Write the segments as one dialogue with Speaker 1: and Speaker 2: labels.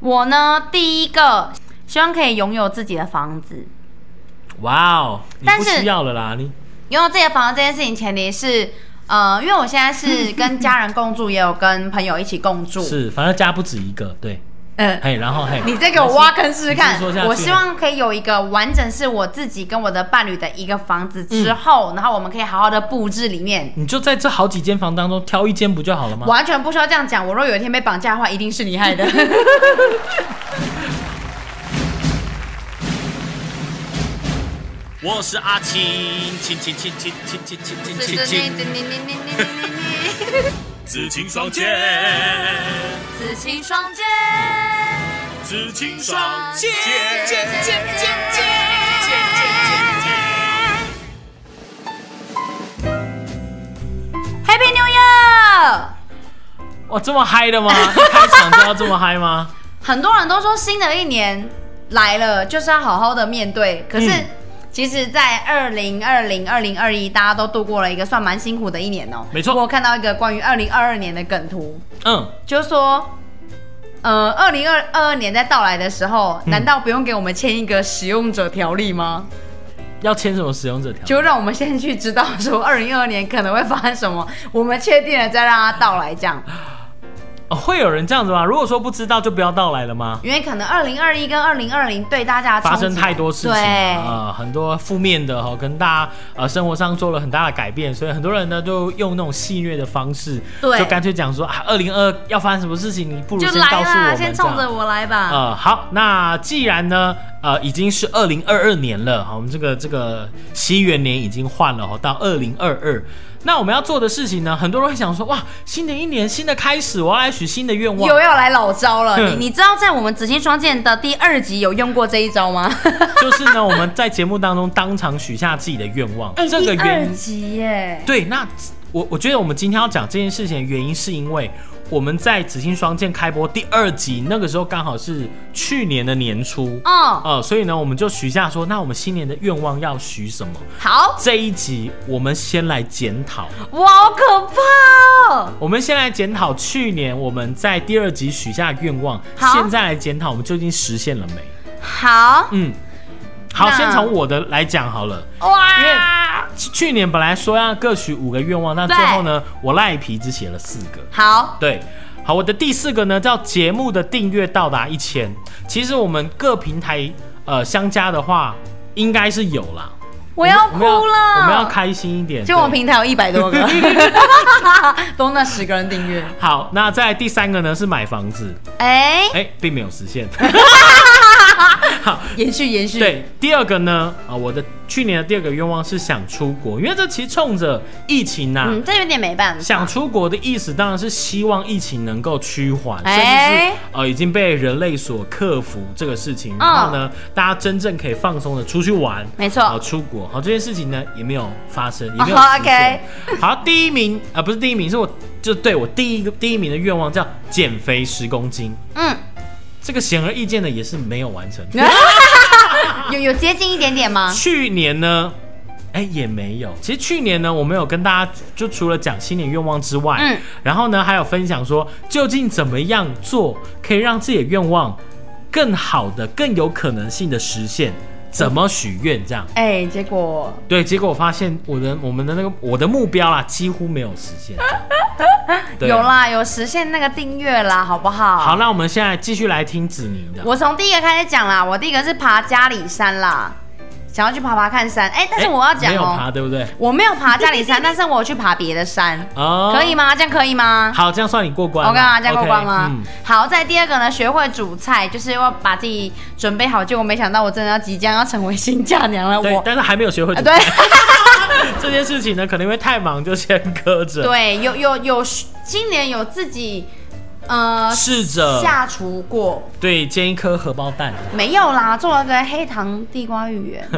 Speaker 1: 我呢，第一个希望可以拥有自己的房子。
Speaker 2: 哇哦，你
Speaker 1: 但
Speaker 2: 不
Speaker 1: 是
Speaker 2: 需要了啦，你
Speaker 1: 拥有自己的房子这件事情，前提是，呃，因为我现在 是跟家人共住，也有跟朋友一起共住。
Speaker 2: 是反正家不止一个，对，
Speaker 1: 嗯，
Speaker 2: 嘿，然后嘿，
Speaker 1: 你再给我挖坑试试
Speaker 2: 你
Speaker 1: 看
Speaker 2: 先说下。去
Speaker 1: 我希望可以有一个完整是我自己跟我的伴侣的一个房子之后，
Speaker 2: 嗯
Speaker 1: 然后我们可以好好的布置里面。
Speaker 2: 你就在这好几间房当中挑一间不就好了吗？
Speaker 1: 完全不需要这样讲。我若有一天被绑架的话，一定是你害的。
Speaker 3: 我是阿青，青青青青青青青青青青，紫青双剑，
Speaker 1: 紫青双剑，
Speaker 3: 紫青双剑。
Speaker 1: Happy New Year！
Speaker 2: 哇，这么嗨的吗？一开场就要这么嗨吗？
Speaker 1: 很多人都说新的一年来了，就是要好好的面对。可是，
Speaker 2: 嗯
Speaker 1: 其实，在二零二零、二零二一，大家都度过了一个算蛮辛苦的一年哦、
Speaker 2: 没错
Speaker 1: 我看到一个关于二零二二年的梗图，
Speaker 2: 嗯，
Speaker 1: 就说。呃，二零二二年在到来的时候，
Speaker 2: 嗯
Speaker 1: 难道不用给我们签一个使用者条例吗？
Speaker 2: 要签什么使用者条？
Speaker 1: 就让我们先去知道说二零二二年可能会发生什么，我们确定了再让它到来，这样。
Speaker 2: 哦，会有人这样子吗？如果说不知道，就不要到来了吗？
Speaker 1: 因为可能二零二一跟二零二零对大家的
Speaker 2: 发
Speaker 1: 冲击
Speaker 2: 生太多事情了
Speaker 1: 对，
Speaker 2: 啊、很多负面的哈，跟大家呃生活上做了很大的改变，所以很多人呢就用那种戏谑的方式，
Speaker 1: 对
Speaker 2: 就干脆讲说啊，二零二要发生什么事情，你不如
Speaker 1: 就
Speaker 2: 先
Speaker 1: 来
Speaker 2: 告诉我
Speaker 1: 啦，
Speaker 2: 们
Speaker 1: 先
Speaker 2: 这
Speaker 1: 冲着
Speaker 2: 样。
Speaker 1: 我来吧。
Speaker 2: 呃，好，那既然呢，呃，已经是二零二二年了，哈，我们这个这个西元年已经换了哈，到二零二二，那我们要做的事情呢，很多人会想说，哇，新的一年，新的开始，我要来许新的愿望，
Speaker 1: 又要来老招了，
Speaker 2: 哼
Speaker 1: 你你知道在我们紫金双剑的第二集有用过这一招吗？
Speaker 2: 就是呢，我们在节目当中当场许下自己的愿 望，
Speaker 1: 哎
Speaker 2: 这个
Speaker 1: 第二
Speaker 2: 原因
Speaker 1: 集耶，
Speaker 2: 对，那我我觉得我们今天要讲这件事情的原因，是因为我们在《紫星双剑》开播第二集，那个时候刚好是去年的年初，
Speaker 1: 嗯，
Speaker 2: 呃，所以呢，我们就许下说，那我们新年的愿望要许什么？
Speaker 1: 好，
Speaker 2: 这一集我们先来检讨，
Speaker 1: 哇，好可怕哦！
Speaker 2: 我们先来检讨去年我们在第二集许下的愿望，
Speaker 1: 好
Speaker 2: 现在来检讨我们究竟实现了没？
Speaker 1: 好，
Speaker 2: 嗯，好，
Speaker 1: 那
Speaker 2: 先从我的来讲好了。嗯因为
Speaker 1: 哇，
Speaker 2: 去去年本来说要各许五个愿望，但最
Speaker 1: 对
Speaker 2: 后呢，我赖皮只写了四个。
Speaker 1: 好，
Speaker 2: 对，好，我的第四个呢叫节目的订阅到达一千。其实我们各平台呃相加的话，应该是有啦。
Speaker 1: 我要
Speaker 2: 我
Speaker 1: 哭
Speaker 2: 们我们要
Speaker 1: 了。
Speaker 2: 开心一点。
Speaker 1: 就我
Speaker 2: 对
Speaker 1: 平台有一百多个， 都那十个人订阅，
Speaker 2: 好，那再来第三个呢是买房子，
Speaker 1: 哎，
Speaker 2: 哎、并没有实 现。
Speaker 1: 嗯延续延续，
Speaker 2: 对，第二个呢，啊、我的去年的第二个愿望是想出国，因为这其实冲着疫情呐、啊
Speaker 1: 嗯，这有点没办法，
Speaker 2: 想出国的意思当然是希望疫情能够趋缓，甚至
Speaker 1: 哎
Speaker 2: 是呃已经被人类所克服这个事情，然后呢，大家真正可以放松的出去玩，
Speaker 1: 嗯没错
Speaker 2: 啊，出国，好这件事情呢也没有发生，也
Speaker 1: 哦
Speaker 2: 没有实
Speaker 1: OK
Speaker 2: 现。好，第一名啊、呃不是第一名，是我就对我第一个第一名的愿望叫减肥十公斤，
Speaker 1: 嗯，
Speaker 2: 这个显而易见的也是没有完成。
Speaker 1: 有有接近一点点吗？
Speaker 2: 去年呢，哎、也没有。其实去年呢，我们有跟大家就除了讲新年愿望之外，
Speaker 1: 嗯
Speaker 2: 然后呢还有分享说，究竟怎么样做可以让自己的愿望更好的、更有可能性的实现，怎么许愿这样。
Speaker 1: 哎，结果
Speaker 2: 对，结果我发现我的我们的那个我的目标啦，几乎没有实 现。对啊
Speaker 1: 有。啦，有实现那个订阅啦，好不好？
Speaker 2: 好，那我们现在继续来听子宁的。
Speaker 1: 我从第一个开始讲啦，我第一个是爬嘉里山啦，想要去爬爬看山。哎、但是
Speaker 2: 哎
Speaker 1: 我要讲
Speaker 2: 没有
Speaker 1: 哦、
Speaker 2: 爬，对不对？
Speaker 1: 我没有爬嘉里山，但是我有去爬别的山，
Speaker 2: 哦，
Speaker 1: 可以
Speaker 2: 吗？
Speaker 1: 吗？这样可以吗？
Speaker 2: 好，这样算你过关了。
Speaker 1: 我干嘛这样过关吗
Speaker 2: OK，嗯
Speaker 1: 好，在第二个呢，学会煮菜，就是要把自己准备好。结果没想到，我真的要即将要成为新嫁娘了。
Speaker 2: 对
Speaker 1: 我，，
Speaker 2: 但是还没有学会
Speaker 1: 啊
Speaker 2: 怎么
Speaker 1: 对
Speaker 2: 这件事情呢，可能因为太忙就先搁着，，
Speaker 1: 对，有有有，今年有自己呃
Speaker 2: 试着
Speaker 1: 下厨过，
Speaker 2: 对煎一颗荷包蛋，
Speaker 1: 没有啦，做了个黑糖地瓜芋圆，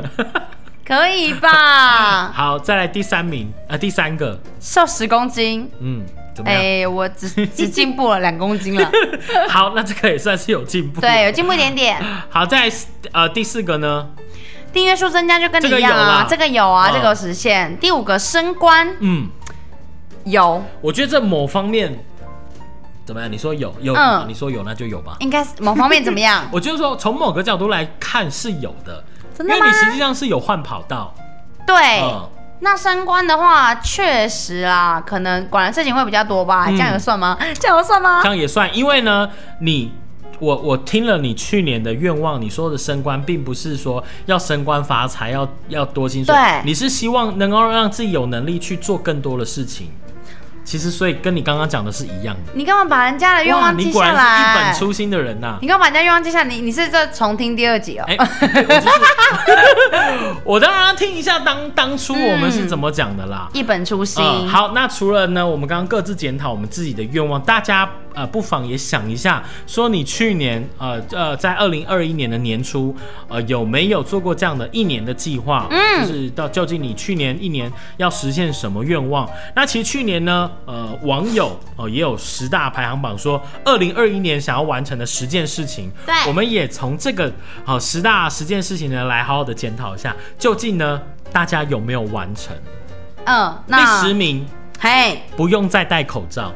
Speaker 1: 可以吧？
Speaker 2: 好，再来第三名，呃，第三个，
Speaker 1: 瘦十公斤，
Speaker 2: 嗯，怎么样？
Speaker 1: 哎、我只只进步了两公斤了，
Speaker 2: 好，那这个也算是有进步。
Speaker 1: 对，有进步一点点。
Speaker 2: 好，再来呃第四个呢，
Speaker 1: 订阅数增加就跟你
Speaker 2: 这个
Speaker 1: 一样啊
Speaker 2: 有啦，
Speaker 1: 这个有啊，
Speaker 2: 嗯
Speaker 1: 这个有实现。第五个升官
Speaker 2: 嗯，
Speaker 1: 有，
Speaker 2: 我觉得这某方面怎么样？你说有有吗，
Speaker 1: 嗯
Speaker 2: 你说有那就有吧。？
Speaker 1: 应该是某方面怎么样
Speaker 2: 我就是说，从某个角度来看是有的，
Speaker 1: 真的
Speaker 2: 因为你
Speaker 1: 吗
Speaker 2: 实际上是有换跑道。
Speaker 1: 对，
Speaker 2: 嗯，
Speaker 1: 那升官的话，确实啊，可能管的事情会比较多吧。这样有算
Speaker 2: 嗯
Speaker 1: 吗？ 这样有算吗
Speaker 2: 这？样也算，因为呢，你。我我听了你去年的愿望，你说的升官，并不是说要升官发财，要要多薪水，
Speaker 1: 对
Speaker 2: 你是希望能够让自己有能力去做更多的事情。其实，所以跟你刚刚讲的是一样的。
Speaker 1: 你干嘛把人家的愿
Speaker 2: 哇，
Speaker 1: 望
Speaker 2: 你
Speaker 1: 记
Speaker 2: 果
Speaker 1: 下
Speaker 2: 然是一
Speaker 1: 来
Speaker 2: 本？初心的 人呐、
Speaker 1: 你干嘛把人家愿望记下来？你你是在重听第二集哦？
Speaker 2: 哎、我就是，我当然要听一下当当初我们是怎么讲的啦。
Speaker 1: 一本初心。
Speaker 2: 嗯，好，那除了呢，我们刚刚各自检讨我们自己的愿望，大家呃不妨也想一下，说你去年呃呃在二零二一年的年初，呃有没有做过这样的一年的计划？嗯，就是到究竟你去年一年要实现什么愿望？那其实去年呢，呃网友哦、呃也有十大排行榜说，二零二一年想要完成的十件事情，
Speaker 1: 对
Speaker 2: 我们也从这个好、呃十大十件事情呢来好好的检讨一下，究竟呢大家有没有完成？
Speaker 1: 嗯，
Speaker 2: 第
Speaker 1: 那
Speaker 2: 十名。
Speaker 1: 嘿，
Speaker 2: 不用再戴口罩。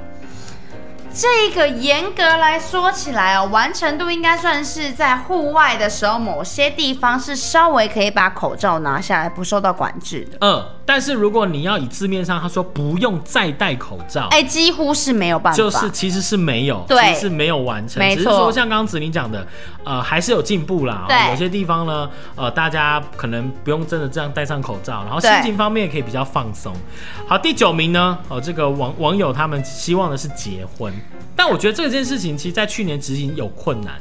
Speaker 1: 这个严格来说起来哦，完成度应该算是在户外的时候，某些地方是稍微可以把口罩拿下来，不受到管制的。
Speaker 2: 嗯，但是如果你要以字面上，他说不用再戴口罩，
Speaker 1: 哎、几乎是没有办法。
Speaker 2: 就是其实是没有，
Speaker 1: 对
Speaker 2: 其实是没有完成，
Speaker 1: 没
Speaker 2: 只
Speaker 1: 错
Speaker 2: 是说像刚刚子宁讲的，呃，还是有进步啦。
Speaker 1: 对
Speaker 2: 有些地方呢，呃，大家可能不用真的这样戴上口罩，然后心
Speaker 1: 对
Speaker 2: 情方面也可以比较放松。好，第九名呢，哦，这个网网友他们希望的是结婚，但我觉得这件事情其实在去年执行有困难。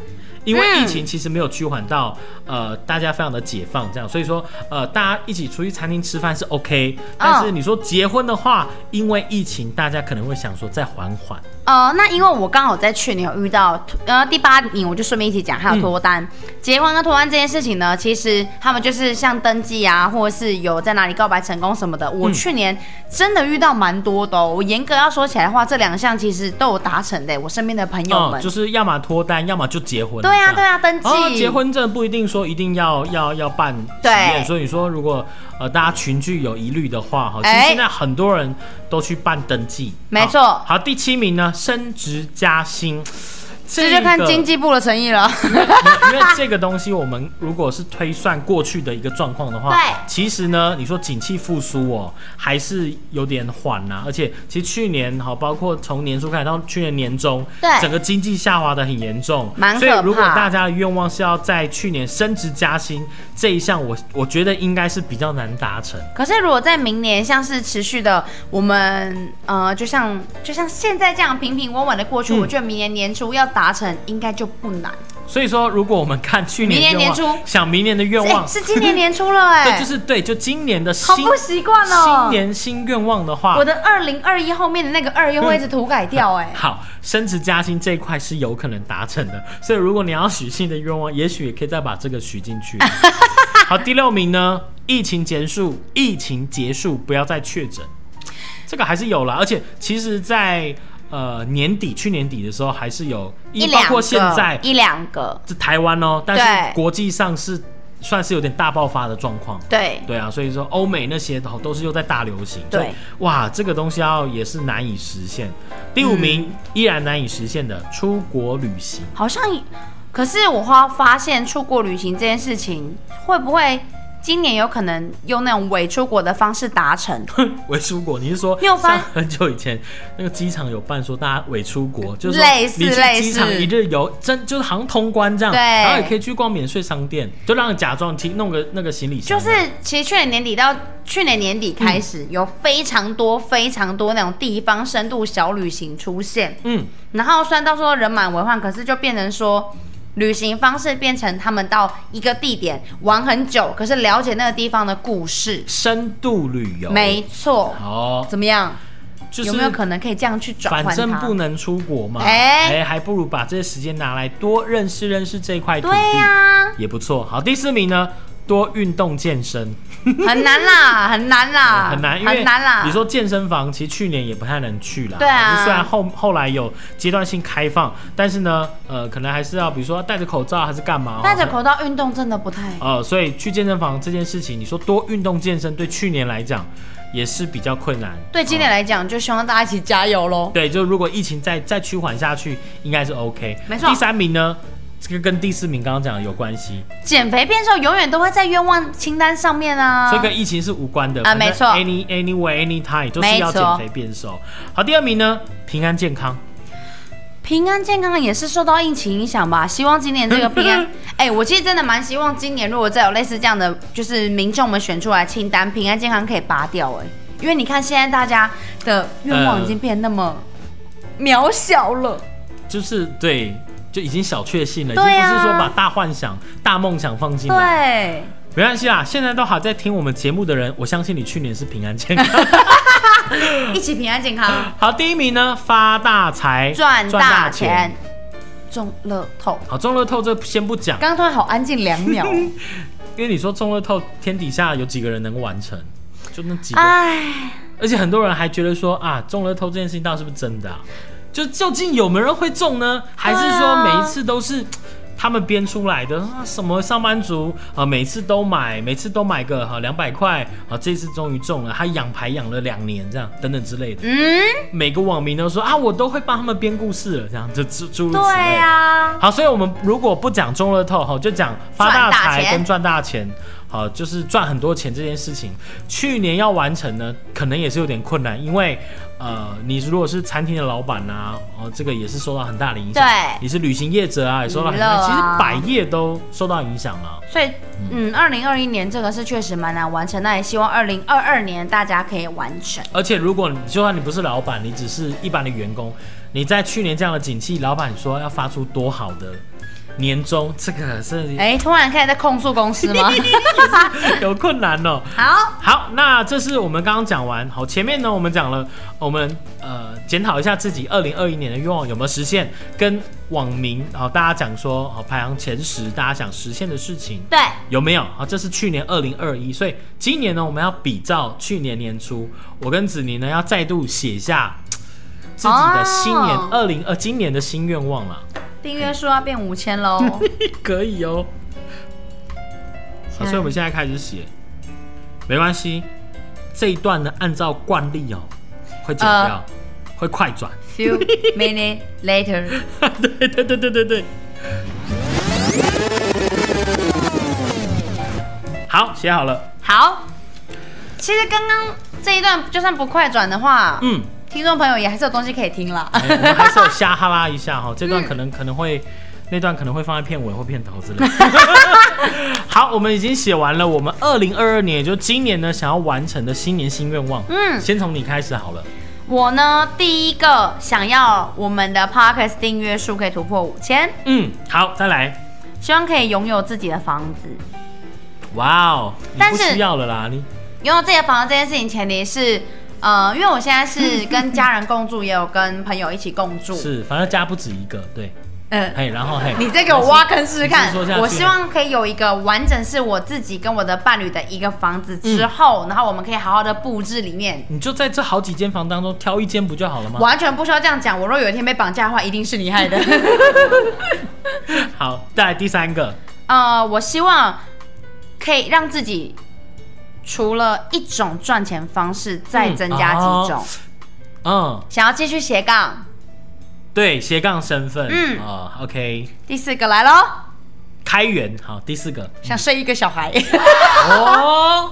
Speaker 2: 因为
Speaker 1: 嗯
Speaker 2: 疫情其实没有趋缓到，呃，大家非常的解放这样，所以说，呃，大家一起出去餐厅吃饭是 OK，但
Speaker 1: 嗯
Speaker 2: 是你说结婚的话，因为疫情，大家可能会想说再缓缓，
Speaker 1: 呃，那因为我刚好在去年有遇到，呃，第八名我就顺便一起讲，还有脱单、结婚跟脱单这件事情呢，其实他们就是像登记啊，或者是有在哪里告白成功什么
Speaker 2: 嗯
Speaker 1: 的，我去年真的遇到蛮多的、哦。我严格要说起来的话，这两项其实都有达成的，我身边的朋友们。
Speaker 2: 嗯，就是要么脱单，要么就结婚。
Speaker 1: 对啊，
Speaker 2: 这
Speaker 1: 对
Speaker 2: 样。
Speaker 1: 啊，登记、
Speaker 2: 哦，结婚证不一定说一定要要要办喜
Speaker 1: 对
Speaker 2: 宴，所以说如果呃大家群聚有疑虑的话，哈，其实
Speaker 1: 哎
Speaker 2: 现在很多人都去办登记。
Speaker 1: 没错
Speaker 2: 好好，第七名呢，升职加薪，
Speaker 1: 这
Speaker 2: 这
Speaker 1: 就看
Speaker 2: 个
Speaker 1: 经济部的诚意了。
Speaker 2: 因为这个东西，我们如果是推算过去的一个状况的话，
Speaker 1: 对
Speaker 2: 其实呢，你说景气复苏哦，还是有点缓呐、而且，其实去年好，包括从年初开始到去年年中，
Speaker 1: 对
Speaker 2: 整个经济下滑的很严重，
Speaker 1: 蛮可
Speaker 2: 所以
Speaker 1: 怕
Speaker 2: 如果大家的愿望是要在去年升职加薪这一项，我我觉得应该是比较难达成。
Speaker 1: 可是如果在明年像是持续的，我们呃，就像就像现在这样平平稳稳的过去，
Speaker 2: 嗯
Speaker 1: 我觉得明年年初要达成应该就不难。
Speaker 2: 所以说，如果我们看去
Speaker 1: 明
Speaker 2: 年
Speaker 1: 年
Speaker 2: 愿望
Speaker 1: 年初
Speaker 2: 想明年的愿
Speaker 1: 哎、
Speaker 2: 望，
Speaker 1: 是今年年初了哎、
Speaker 2: 对，就是对，就今年的
Speaker 1: 好
Speaker 2: 新
Speaker 1: 不习惯哦。
Speaker 2: 新年新愿望的话，
Speaker 1: 我的二零二一后面的那个二又会一直涂改掉哎、
Speaker 2: 好，升职加薪这一块是有可能达成的，所以如果你要许新的愿望，也许也可以再把这个许进去。 好，第六名呢，疫情结束，疫情结束，不要再确诊，这个还是有啦。而且其实在，呃年底，去年底的时候还是有，
Speaker 1: 一
Speaker 2: 包
Speaker 1: 两
Speaker 2: 括现在
Speaker 1: 个，一两个，
Speaker 2: 这台湾哦，但
Speaker 1: 对
Speaker 2: 是国际上是算是有点大爆发的状况。
Speaker 1: 对，
Speaker 2: 对啊，所以说欧美那些哦都都是又在大流行，
Speaker 1: 对
Speaker 2: 所以，哇，这个东西要也是难以实现。第五名、
Speaker 1: 嗯
Speaker 2: 依然难以实现的出国旅行，
Speaker 1: 好像。可是我发发现出国旅行这件事情，会不会今年有可能用那种伪出国的方式达成？
Speaker 2: 伪出国，你是说
Speaker 1: 你有发
Speaker 2: 像很久以前那个机场有办说大家伪出国，就是说
Speaker 1: 类似
Speaker 2: 你去
Speaker 1: 类
Speaker 2: 机场
Speaker 1: 似
Speaker 2: 一日游，真就是好像通关这样，
Speaker 1: 对
Speaker 2: 然后也可以去逛免税商店，就让你假装提弄个那个行李箱
Speaker 1: 就
Speaker 2: 这
Speaker 1: 是
Speaker 2: 样，
Speaker 1: 其实去年年底到去年年底开始，
Speaker 2: 嗯
Speaker 1: 有非常多非常多那种地方深度小旅行出现。
Speaker 2: 嗯，
Speaker 1: 然后虽然到时候人满为患，可是就变成说。旅行方式变成他们到一个地点玩很久，可是了解那个地方的故事。
Speaker 2: 深度旅游，
Speaker 1: 没错，
Speaker 2: 哦，
Speaker 1: 怎么样？
Speaker 2: 就是
Speaker 1: 有没有可能可以这样去转换
Speaker 2: 反
Speaker 1: 它？
Speaker 2: 正不能出国嘛，哎、
Speaker 1: 哎
Speaker 2: 还不如把这些时间拿来多认识认识这块土地，
Speaker 1: 对呀、
Speaker 2: 也不错。好，第四名呢，多运动健身。
Speaker 1: 很难啦，很难啦，
Speaker 2: 很难，因为
Speaker 1: 啊很难啦。
Speaker 2: 你说健身房，其实去年也不太能去了。
Speaker 1: 对啊
Speaker 2: 就虽然后后来有阶段性开放，但是呢，呃，可能还是要比如说戴着口罩还是干嘛哦？
Speaker 1: 戴着口罩运动真的不太……
Speaker 2: 呃，所以去健身房这件事情，你说多运动健身，对去年来讲也是比较困难。
Speaker 1: 对今年来讲，就希望大家一起加油喽。
Speaker 2: 对，就如果疫情再再趋缓下去，应该是 OK。
Speaker 1: 没错
Speaker 2: 第三名呢，这个跟第四名刚刚讲的有关系，
Speaker 1: 减肥变瘦永远都会在愿望清单上面啊。
Speaker 2: 所以跟疫情是无关的
Speaker 1: 啊没错
Speaker 2: 反正，any anyway anytime 就是要
Speaker 1: 没错
Speaker 2: 减肥变瘦。好，第二名呢，平安健康。
Speaker 1: 平安健康也是受到疫情影响吧？希望今年这个平 安，哎、我其实真的蛮希望今年如果再有类似这样的，就是民众们选出来清单，平安健康可以拔掉、哎，因为你看现在大家的愿望已经变那么渺小了，
Speaker 2: 就是对，就已经小确幸了，已经
Speaker 1: 对啊
Speaker 2: 不是说把大幻想、大梦想放进来。
Speaker 1: 对，
Speaker 2: 没关系啦，现在都还在听我们节目的人，我相信你去年是平安 健康。
Speaker 1: 一起平安健康，
Speaker 2: 好，第一名呢，发大财，
Speaker 1: 赚大钱，中乐透。
Speaker 2: 好，中乐透这先不讲，
Speaker 1: 刚刚突然好安静两 秒哦，
Speaker 2: 因为你说中乐透天底下有几个人能完成？就那几个，
Speaker 1: 哎，
Speaker 2: 而且很多人还觉得说啊，中乐透这件事情到底是不是真的、啊？就究竟有没有人会中呢？还是
Speaker 1: 对
Speaker 2: 说
Speaker 1: 啊
Speaker 2: 每一次都是他们编出来的？啊、什么上班族啊，每次都买，每次都买个哈两百块啊，这次终于中了，他养牌养了两年这样等等之类的。
Speaker 1: 嗯，
Speaker 2: 每个网民都说啊，我都会帮他们编故事了，这样就诸诸如此类。
Speaker 1: 对啊呀、
Speaker 2: 好，所以我们如果不讲中乐透哈，就讲发大
Speaker 1: 赚大
Speaker 2: 财
Speaker 1: 钱
Speaker 2: 跟赚大钱，好，就是赚很多钱这件事情，去年要完成呢，可能也是有点困难，因为呃，你如果是餐厅的老板呐、哦，这个也是受到很大的影响。
Speaker 1: 对
Speaker 2: 你是旅行业者啊，也受到很大，
Speaker 1: 娱乐啊
Speaker 2: 其实百业都受到影响啊了。
Speaker 1: 所以，嗯，二零二一年这个是确实蛮难完成，那也希望二零二二年大家可以完成。
Speaker 2: 而且，如果你就算你不是老板，你只是一般的员工，你在去年这样的景气，老板说要发出多好的年终，这个是
Speaker 1: 哎、突然开始在控诉公司 吗？
Speaker 2: 有困难哦。
Speaker 1: 好，
Speaker 2: 好，那这是我们刚刚讲完。好，前面呢我们讲了，我们呃检讨一下自己二零二一年的愿望有没有实现，跟网民好大家讲说，好排行前十，大家想实现的事情
Speaker 1: 对，
Speaker 2: 有没有？好，这是去年二零二一，所以今年呢我们要比照去年年初，我跟子宁呢要再度写下自己的新年
Speaker 1: 哦
Speaker 2: 二零二呃今年的新愿望了，
Speaker 1: 订阅数要变五千 喽。
Speaker 2: 可以哦。好，所以我们现在开始写，没关系，这一段呢按照惯例哦，会剪
Speaker 1: 呃
Speaker 2: 掉，会快转。
Speaker 1: Few minutes later，
Speaker 2: 对对对对对对。好，写好了。
Speaker 1: 好。其实刚刚这一段就算不快转的话，
Speaker 2: 嗯，
Speaker 1: 听众朋友也还是有东西可以听啦。
Speaker 2: 哎我们还是有瞎哈拉一下哈、这
Speaker 1: 嗯
Speaker 2: 段可能可能会。那段可能会放在片尾或片头之 类的好，我们已经写完了，我们二零二二年，也就今年呢，想要完成的新年新愿望。
Speaker 1: 嗯
Speaker 2: 先从你开始好了。
Speaker 1: 我呢，第一个想要我们的 Podcast 订阅数可以突破五千，
Speaker 2: 嗯，好，再来。
Speaker 1: 希望可以拥有自己的房子。
Speaker 2: 哇哦，你
Speaker 1: 但
Speaker 2: 不
Speaker 1: 是
Speaker 2: 需要了啦，你
Speaker 1: 拥有自己的房子这件事情，前提是，呃，因为我现在 是跟家人共住，也有跟朋友一起共住。，
Speaker 2: 是，反正家不止一个，对，
Speaker 1: 嗯、
Speaker 2: 嘿，然后嘿，
Speaker 1: 你再给我挖坑试试
Speaker 2: 你
Speaker 1: 看
Speaker 2: 是说下。去
Speaker 1: 我希望可以有一个完整是我自己跟我的伴侣的一个房子之后，
Speaker 2: 嗯
Speaker 1: 然后我们可以好好的布置里面。
Speaker 2: 你就在这好几间房当中挑一间不就好了吗？
Speaker 1: 完全不需要这样讲。我若有一天被绑架的话，一定是你害 的。
Speaker 2: 好，再来第三个，
Speaker 1: 呃，我希望可以让自己除了一种赚钱方式，再增加几
Speaker 2: 嗯
Speaker 1: 种。
Speaker 2: 哦嗯，
Speaker 1: 想要继续斜杠，
Speaker 2: 对，斜杠身份，
Speaker 1: 嗯
Speaker 2: 啊、o k
Speaker 1: 第四个来喽，
Speaker 2: 开源，好，第四个，
Speaker 1: 想生一个小孩。
Speaker 2: 哦，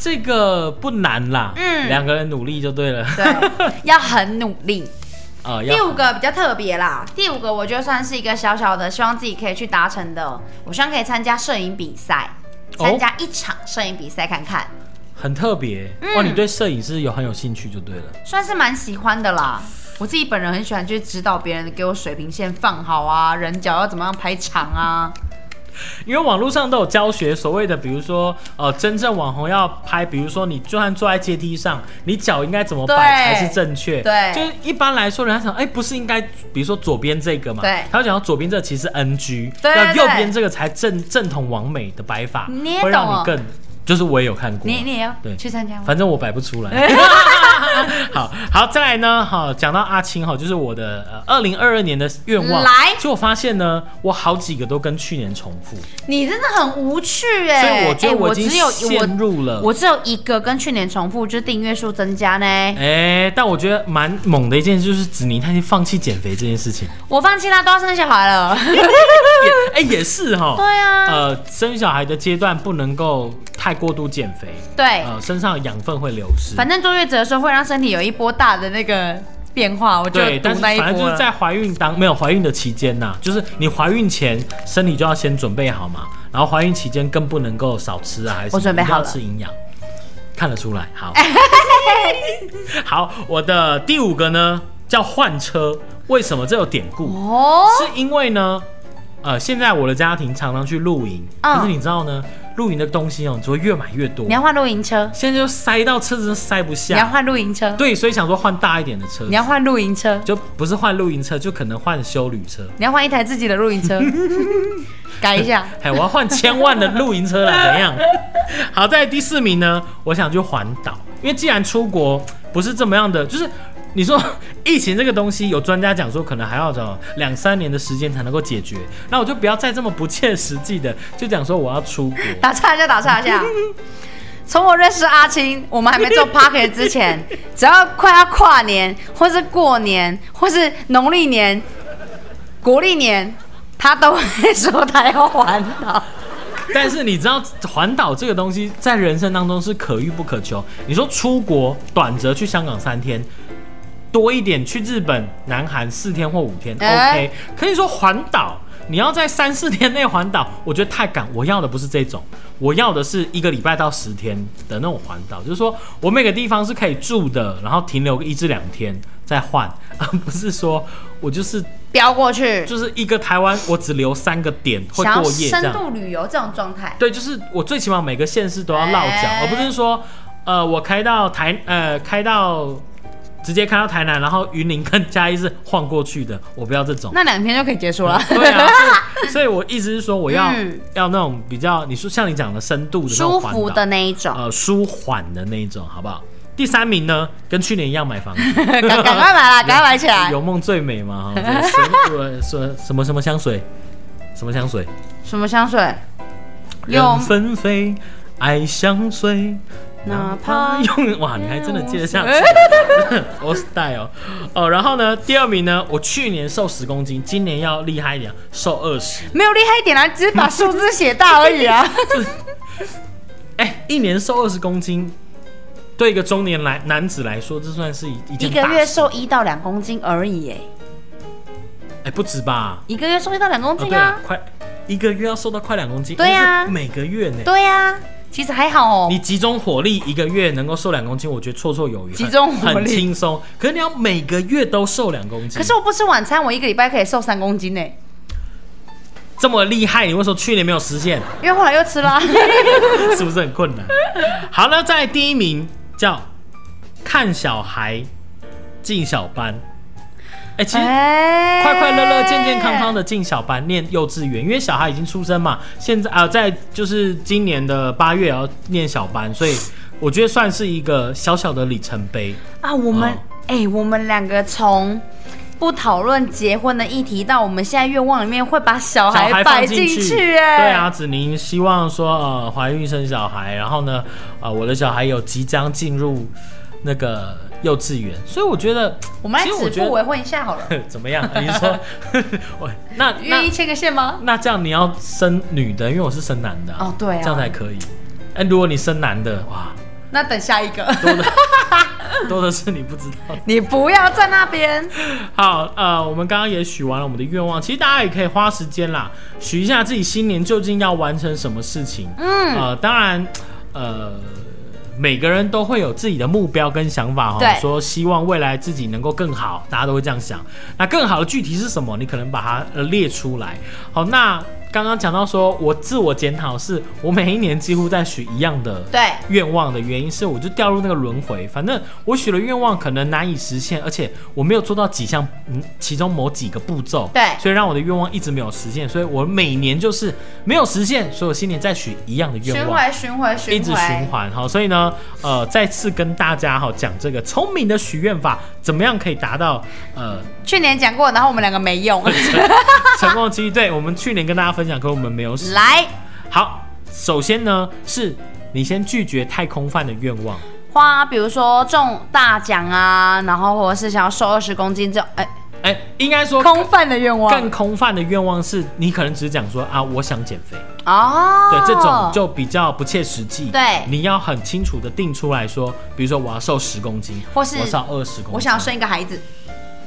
Speaker 2: 这个不难啦，
Speaker 1: 嗯
Speaker 2: 两个人努力就对了，
Speaker 1: 对，要很努力。
Speaker 2: 呃，
Speaker 1: 第
Speaker 2: 要
Speaker 1: 五个比较特别啦，第五个我觉得算是一个小小的，希望自己可以去达成的。我希望可以参加摄影比赛，
Speaker 2: 哦
Speaker 1: 参加一场摄影比赛看看，
Speaker 2: 很特别，
Speaker 1: 嗯
Speaker 2: 哇，你对摄影师有很有兴趣就对了，
Speaker 1: 算是蛮喜欢的啦。我自己本人很喜欢去指导别人，给我水平线放好啊，人脚要怎么样排场啊。
Speaker 2: 因为网络上都有教学，所谓的比如说呃，真正网红要拍，比如说你就算坐在阶梯上，你脚应该怎么摆才
Speaker 1: 对
Speaker 2: 是正确？
Speaker 1: 对
Speaker 2: 就是一般来说，人家想，哎、不是应该，比如说左边这个嘛，
Speaker 1: 对
Speaker 2: 他会讲到左边这其实 NG，
Speaker 1: 对对
Speaker 2: 要右边这个才正正统完美的摆法，
Speaker 1: 你也
Speaker 2: 会让
Speaker 1: 懂
Speaker 2: 你
Speaker 1: 哦
Speaker 2: 更，就是我也有看过，
Speaker 1: 你你也要
Speaker 2: 对
Speaker 1: 去参加吗？
Speaker 2: 反正我摆不 出来。 好好，再来呢，好，讲到阿青哈，就是我的呃二零二二年的愿望，
Speaker 1: 来
Speaker 2: 就我发现呢，我好几个都跟去年重复，
Speaker 1: 你真的很无趣哎、
Speaker 2: 所以我觉得
Speaker 1: 哎
Speaker 2: 我已经
Speaker 1: 只有
Speaker 2: 陷入了
Speaker 1: 我，我只有一个跟去年重复，就是订阅数增加呢。
Speaker 2: 哎、但我觉得蛮猛的一件事就是子宁他已经放弃减肥这件 事情，
Speaker 1: 我放弃啦，都要生小孩了。
Speaker 2: 哎、也是哈，
Speaker 1: 对啊
Speaker 2: 呃，生小孩的阶段不能够太过度减肥，
Speaker 1: 对，
Speaker 2: 呃，身上的养分会流失，
Speaker 1: 反正坐月子的时候会让身体有一波大的那个变化，我就
Speaker 2: 对，但
Speaker 1: 赌
Speaker 2: 是
Speaker 1: 那一
Speaker 2: 反正就
Speaker 1: 波
Speaker 2: 是
Speaker 1: 了。
Speaker 2: 在怀孕当没有怀孕的期间呐、就是你怀孕前身体就要先准备好嘛，然后怀孕期间更不能够少吃啊，还是什么
Speaker 1: 我准备
Speaker 2: 一定要
Speaker 1: 好了
Speaker 2: 吃营养，看得出来。 好，好，我的第五个呢叫换车，为什么这有典故？
Speaker 1: 哦，
Speaker 2: 是因为呢，呃，现在我的家庭常常去露营，
Speaker 1: 嗯
Speaker 2: 可是你知道呢，露营的东西哦，只会越买越多
Speaker 1: 你，要换露营车，
Speaker 2: 现在就塞到车子都塞不
Speaker 1: 你要
Speaker 2: 下，
Speaker 1: 换露营车，
Speaker 2: 对，所以想说换大一点的车子
Speaker 1: 你。要换露营车，
Speaker 2: 就不是换露营车，就可能换修旅车。
Speaker 1: 你要换一台自己的露营 车，改一下。
Speaker 2: 哎，我要换千万的露营车啦，怎样？好，在第四名呢，我想去环岛，因为既然出国不是这么样的，就是你说疫情这个东西，有专家讲说可能还要找两三年的时间才能够解决，那我就不要再这么不切实际的就讲说我要出国。
Speaker 1: 打岔一下，打岔一下。从我认识阿青，我们还没做 p a r k e t 之前， 只要快要跨年，或是过年，或是农历年、国历年，他都会说他要环 岛。
Speaker 2: 但是你知道环岛这个东西在人生当中是可遇不可求。你说出国短则去香港三天，多一点去日本、南韩四天或五天、
Speaker 1: 哎
Speaker 2: OK。可以说环岛，你要在三四天内环岛，我觉得太赶。我要的不是这种，我要的是一个礼拜到十天的那种环岛，就是说我每个地方是可以住的，然后停留个一至两天再换， 而不是说我就是
Speaker 1: 飙过去，
Speaker 2: 就是一个台湾我只留三个点会
Speaker 1: 想要
Speaker 2: 过夜这
Speaker 1: 深
Speaker 2: 样。
Speaker 1: 度旅游这种状态。
Speaker 2: 对，就是我最起码每个县市都要落脚，
Speaker 1: 哎
Speaker 2: 而不是说，呃，我开到台，呃，开到直接开到台南，然后云林跟嘉义是晃过去的，我不要这种。
Speaker 1: 那两天就可以结束 了。
Speaker 2: 对啊，所以所以 我意思是说，我要、
Speaker 1: 嗯
Speaker 2: 要那种比较，你说像你讲的深度的那
Speaker 1: 舒
Speaker 2: 种环岛
Speaker 1: 服的那一种，
Speaker 2: 呃，舒缓的那一种，好不好？第三名呢，跟去年一样 买房子，
Speaker 1: 赶赶快买 啦，赶快买起来！
Speaker 2: 嗯有梦最美嘛，哈，什么什什么什么香水，什么香水，
Speaker 1: 什么香水？有
Speaker 2: 人纷飞，爱相随，
Speaker 1: 哪怕哎
Speaker 2: 用 哇，你还真的接得下去 我 s t y 哦哦。然后呢，第二名呢，我去年瘦十公斤，今年要厉害一点，瘦二十。
Speaker 1: 没有厉害一点啦，啊只是把数字写大而已 啊。
Speaker 2: 哎，一年瘦二十公斤，对一个中年来男子来说，这算是一一
Speaker 1: 一
Speaker 2: 件
Speaker 1: 个
Speaker 2: 大
Speaker 1: 月
Speaker 2: 事
Speaker 1: 瘦一到两公斤而已，哎，
Speaker 2: 哎不止吧？
Speaker 1: 一个月瘦一到两公
Speaker 2: 哦
Speaker 1: 斤
Speaker 2: 对
Speaker 1: 啊
Speaker 2: 啊，，快一个月要瘦到快两公斤，
Speaker 1: 对啊
Speaker 2: 那是每个月呢。
Speaker 1: 对呀、其实还好哦
Speaker 2: 啊你。集中火力一个月能够瘦两公斤，我觉得绰绰有余，
Speaker 1: 集中火
Speaker 2: 很很
Speaker 1: 力
Speaker 2: 轻松。可是你要每个月都瘦两公斤，
Speaker 1: 可是我不吃晚餐，我一个礼拜可以瘦三公斤呢，
Speaker 2: 这么厉害，你为什么去年没有实现？
Speaker 1: 因为后来又吃 啦、
Speaker 2: 是不是很困难？好了，在第一名叫看小孩进小班。哎、其实
Speaker 1: 哎
Speaker 2: 快快乐乐、健健康康。的进小班念幼稚园，因为小孩已经出生嘛，现在啊、在就是今年的八月要念小班，所以我觉得算是一个小小的里程碑。
Speaker 1: 啊，我们
Speaker 2: 哦
Speaker 1: 哎、我们两个从不讨论结婚的议题，到我们现在愿望里面会把小
Speaker 2: 小
Speaker 1: 孩
Speaker 2: 孩
Speaker 1: 摆
Speaker 2: 放
Speaker 1: 进
Speaker 2: 去，
Speaker 1: 去，哎，
Speaker 2: 对啊，，子宁希望说呃怀孕生小孩，然后呢，呃我的小孩有即将进入那个幼稚园，所以我觉得
Speaker 1: 我们来
Speaker 2: 其实我
Speaker 1: 止
Speaker 2: 觉
Speaker 1: 步
Speaker 2: 得
Speaker 1: 为婚一下好了，
Speaker 2: 怎么样？啊你 说我那
Speaker 1: 愿意
Speaker 2: 那
Speaker 1: 牵个线吗？
Speaker 2: 那这样你要生女的，因为我是生男的、
Speaker 1: 哦对啊
Speaker 2: 这样才可以。哎、如果你生男 的，哇，
Speaker 1: 那等下一个，
Speaker 2: 多的是你不知道的。
Speaker 1: 你不要在那边。
Speaker 2: 好，呃，我们刚刚也许完了我们的愿望，其实大家也可以花时间啦，许一下自己新年究竟要完成什么事情。嗯，呃，当然，呃。每个人都会有自己的目标跟想法哈
Speaker 1: 对，
Speaker 2: 说希望未来自己能够更好，大家都会这样想。那更好的具体是什么？你可能把它呃列出来。好，那刚刚讲到说，我自我检讨是我每一年几乎在许一样的
Speaker 1: 对
Speaker 2: 愿望的原因是，我就掉入那个轮回。反正我许了愿望，可能难以实现，而且我没有做到几项，嗯，其中某几个步骤，
Speaker 1: 对
Speaker 2: 所以让我的愿望一直没有实现。所以我每年就是没有实现，所以我新年再许一样的
Speaker 1: 循
Speaker 2: 愿望。
Speaker 1: 环循环
Speaker 2: 一
Speaker 1: 循
Speaker 2: 直循
Speaker 1: 环，
Speaker 2: 环哈，所以呢，呃，再次跟大家哈讲这个聪明的许愿法，怎么样可以达到呃
Speaker 1: 去年讲过，然后我们两个没 用。
Speaker 2: 成功的几率？对我们去年跟大家分享，可我们没有使
Speaker 1: 来，
Speaker 2: 好，首先呢是你先拒绝太空饭的愿望，
Speaker 1: 花，比如说中大奖啊，然后或者是想要瘦二十公斤这种，哎、
Speaker 2: 哎、应该说
Speaker 1: 空泛的愿望
Speaker 2: 更空泛的愿望是你可能只讲说啊，我想减肥，
Speaker 1: 哦，
Speaker 2: 对，这种就比较不切实际。
Speaker 1: 对
Speaker 2: 你要很清楚的定出来说，比如说我要瘦十公斤，
Speaker 1: 或是
Speaker 2: 我要二十公斤，
Speaker 1: 我想要生一个孩子，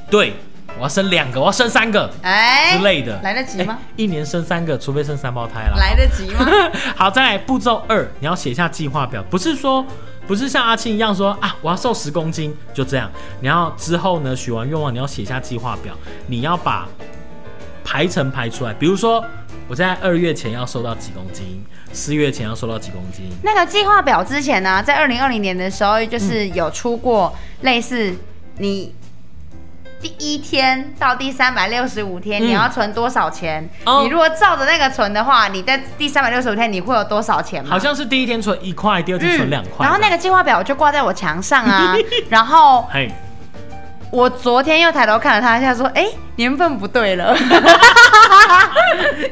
Speaker 2: 对，我要生两个，我要生三个。
Speaker 1: 哎、
Speaker 2: 之类的，
Speaker 1: 来得及吗
Speaker 2: 哎？一年生三个，除非生三胞胎啦。
Speaker 1: 来得及 吗？
Speaker 2: 好，再来步骤二，你要写下计划表，不是说不是像阿庆一样说啊，我要瘦十公斤，就这样。你要之后呢，许完愿望，你要写下计划表，你要把排程排出来。比如说，我在二月前要瘦到几公斤，四月前要瘦到几公斤。
Speaker 1: 那个计划表之前呢、在二零二零年的时候，就是有出过类似你第一天到第三百六十五天，
Speaker 2: 嗯
Speaker 1: 你要存多少钱？
Speaker 2: 哦
Speaker 1: 你如果照着那个存的话，你在第三百六十五天你会有多少钱吗？嗯
Speaker 2: 好像是第一天存一块，第二天存两块、
Speaker 1: 然后那
Speaker 2: 个，
Speaker 1: 个计划表就挂在我墙上 啊，然后
Speaker 2: 嘿，
Speaker 1: 我昨天又抬头看了他一下，说：“哎、年份不对 了，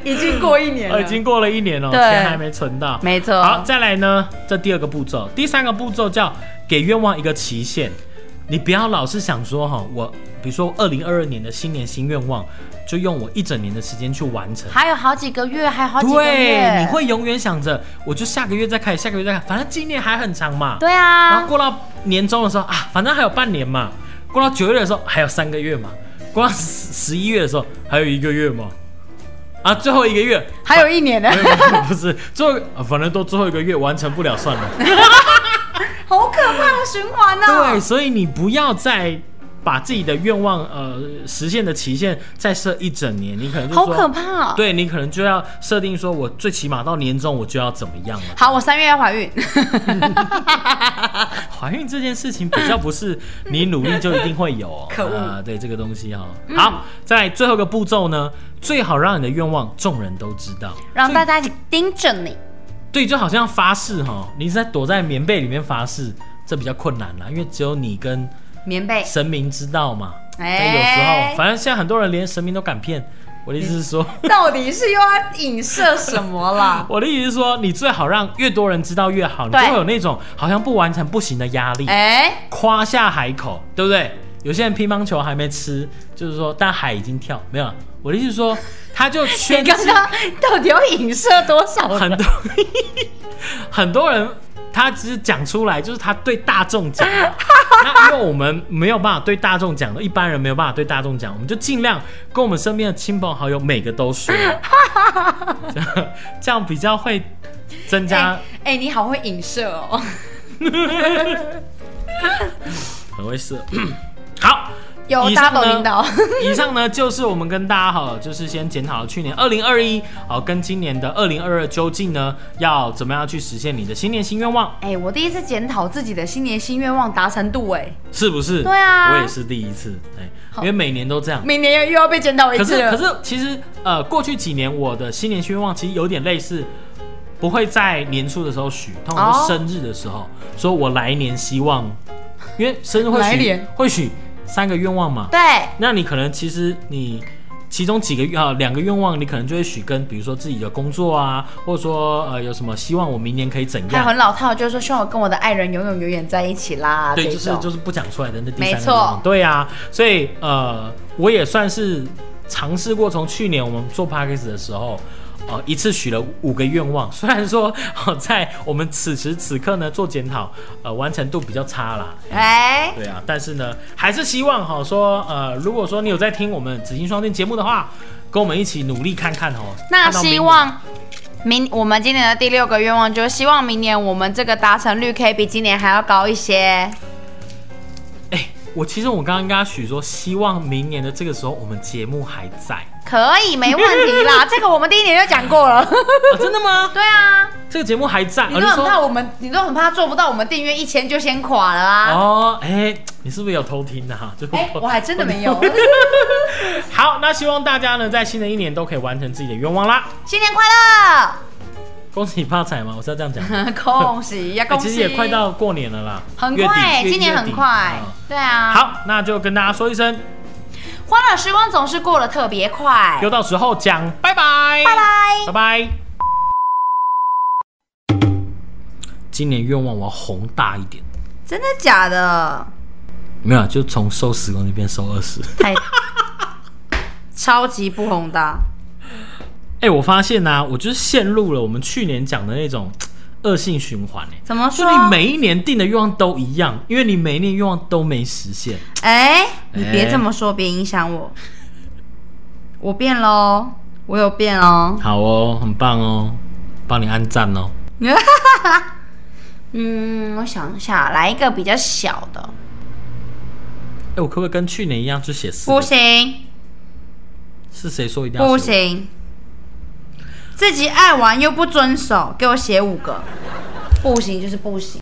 Speaker 1: 已经过一年
Speaker 2: 呃
Speaker 1: 了，
Speaker 2: 已经过了一年了，
Speaker 1: 对
Speaker 2: 钱还没存到。
Speaker 1: 没错。
Speaker 2: 好，再来呢，这第二个步骤，第三个步骤叫给愿望一个期限。你不要老是想说哈，我比如说二零二二年的新年新愿望，就用我一整年的时间去完成。
Speaker 1: 还有好几个月，还有好几个月，
Speaker 2: 对，你会永远想着，我就下个月再开始，下个月再开始，反正今年还很长嘛。
Speaker 1: 对
Speaker 2: 然后
Speaker 1: 啊，
Speaker 2: 过到年终的时候啊，反正还有半年嘛。过到九月的时候还有三个月嘛。过到十十一月的时候还有一个月嘛。啊，最后一个月
Speaker 1: 还有一年呢，
Speaker 2: 没有没有不是，最后啊反正都最后一个月完成不了算了。
Speaker 1: 好可怕的循环哦呢、
Speaker 2: 对，所以你不要再把自己的愿望呃实现的期限再设一整年，你可能就
Speaker 1: 好
Speaker 2: 说
Speaker 1: 可怕、哦。
Speaker 2: 对你可能就要设定说，我最起码到年终我就要怎么样 了。
Speaker 1: 好，我三月要怀孕，
Speaker 2: 嗯怀孕这件事情比较不是你努力就一定会有、哦，
Speaker 1: 可恶嗯
Speaker 2: 啊！对这个东西哈、哦，好，在最后一个步骤呢，最好让你的愿望众人都知道，
Speaker 1: 让大家一起盯着你。
Speaker 2: 对，就好像发誓哈、你是在躲在棉被里面发誓，这比较困难啦，因为只有你跟
Speaker 1: 棉被，
Speaker 2: 神明知道嘛。所以有时
Speaker 1: 哎嗯
Speaker 2: 候，反正现在很多人连神明都敢骗。我的意思是说，？
Speaker 1: 哎到底是又要影射什么啦
Speaker 2: 我的意思是说，你最好让越多人知道越好，你就
Speaker 1: 对
Speaker 2: 会有那种好像不完成不行的压力，
Speaker 1: 哎、
Speaker 2: 夸下海口，对不对？有些人乒乓球还没吃，就是说，但海已经跳没有了。啊我的意思是说，他就
Speaker 1: 你
Speaker 2: 圈
Speaker 1: 刚
Speaker 2: 自
Speaker 1: 刚到底要影射多少哎人？
Speaker 2: 很多 很多人，他只是讲出来，就是他对大众讲的。那因为我们没有办法对大众讲的，一般人没有办法对大众讲，我们就尽量跟我们身边的亲朋好友每个都说，这样这样比较会增
Speaker 1: 哎、
Speaker 2: 加，
Speaker 1: 哎你好会影射 哦。
Speaker 2: 很会是 好。
Speaker 1: 有
Speaker 2: 以
Speaker 1: 大
Speaker 2: 上
Speaker 1: 家都
Speaker 2: 呢
Speaker 1: 领导，
Speaker 2: 以上呢就是我们跟大家哈，就是先检讨去年二零二一，好跟今年的二零二二究竟呢要怎么样去实现你的新年新愿望，
Speaker 1: 哎、我第一次检讨自己的新年新愿望达成度、哎，
Speaker 2: 是不是？
Speaker 1: 对啊
Speaker 2: 我也是第一次，哎、因为每年都这样。
Speaker 1: 明年又要被检讨一
Speaker 2: 可
Speaker 1: 次
Speaker 2: 是可
Speaker 1: 了。
Speaker 2: 是其实呃，过去几年我的新年新愿望其实有点类似，不会在年初的时候许，通常
Speaker 1: 哦
Speaker 2: 是生日的时候，说我来年希望，因为生日会
Speaker 1: 来
Speaker 2: 许
Speaker 1: 年
Speaker 2: 会许三个愿望嘛，
Speaker 1: 对，
Speaker 2: 那你可能其实你其中几个愿啊两个愿望，你可能就会许跟比如说自己的工作啊，或者说呃有什么希望我明年可以怎
Speaker 1: 还有
Speaker 2: 样。
Speaker 1: 很老套，就是说希望我跟我的爱人永远永远在一起啦。
Speaker 2: 对，
Speaker 1: 这
Speaker 2: 就是
Speaker 1: 种
Speaker 2: 就是不讲出来的那第
Speaker 1: 没
Speaker 2: 三个愿
Speaker 1: 错
Speaker 2: 望，对啊，所以呃，我也算是尝试过，从去年我们做 p a c k a g e 的时候，呃，一次许了五个愿望。 虽然说、呃、在我们此时此刻呢做检讨，呃，完成度比较差啦，
Speaker 1: 哎、
Speaker 2: 对啊，但是呢，还是希望哈说，呃，如果说你有在听我们紫金双店节目的话，跟我们一起努力看看哦。
Speaker 1: 那
Speaker 2: 看到明
Speaker 1: 希
Speaker 2: 年
Speaker 1: 望明我们今年的第六个愿望就是希望明年我们这个达成率可以比今年还要高一些。
Speaker 2: 哎、我其实我刚刚跟他许说，希望明年的这个时候我们节目还 在。
Speaker 1: 可以，没问题 啦。这个我们第一年就讲过了。
Speaker 2: 啊、真的吗？
Speaker 1: 对啊，
Speaker 2: 这个节目还在？
Speaker 1: 你都
Speaker 2: 啊
Speaker 1: 很
Speaker 2: 说
Speaker 1: 怕我们，你都很怕做不到，我们订阅一千就先垮了啊。
Speaker 2: 哦，哎、你是不是有偷听的、啊？就
Speaker 1: 哎、我还真的没 有。
Speaker 2: 好，那希望大家呢，在新的一年都可以完成自己的愿望啦！
Speaker 1: 新年快乐！
Speaker 2: 恭喜发财嘛，我是要这样讲。
Speaker 1: 恭喜呀、
Speaker 2: 哎
Speaker 1: 恭喜！
Speaker 2: 其实也快到过年了啦，
Speaker 1: 很
Speaker 2: 月底
Speaker 1: 快，
Speaker 2: 月
Speaker 1: 今年
Speaker 2: 月底
Speaker 1: 很快
Speaker 2: 嗯，
Speaker 1: 对啊。，
Speaker 2: 好，那就跟大家说一声，
Speaker 1: 欢乐时光总是过得特别快。
Speaker 2: 又到时候讲，拜拜，
Speaker 1: 拜拜。
Speaker 2: 拜拜。今年愿望我要宏大一点，
Speaker 1: 真的假的？
Speaker 2: 没有啊，就从瘦十公斤变瘦二十。
Speaker 1: 太超级不宏大。
Speaker 2: 哎、我发现呐、我就是陷入了我们去年讲的那种恶性循环哎、
Speaker 1: 怎么
Speaker 2: 就
Speaker 1: 说？
Speaker 2: 你每一年定的愿望都一样，因为你每一年愿望都没实现。
Speaker 1: 哎、你别
Speaker 2: 哎
Speaker 1: 这么说，别影响我。我变喽，我有变喽。
Speaker 2: 好哦，很棒哦，帮你按赞哦。
Speaker 1: 嗯，我想一下，来一个比较小的，
Speaker 2: 哎、我可不可以跟去年一样，就写四个？
Speaker 1: 不行
Speaker 2: 是谁说一定要写
Speaker 1: 不
Speaker 2: 五？
Speaker 1: 行，自己爱玩又不遵守，给我写五个，不行就是不行。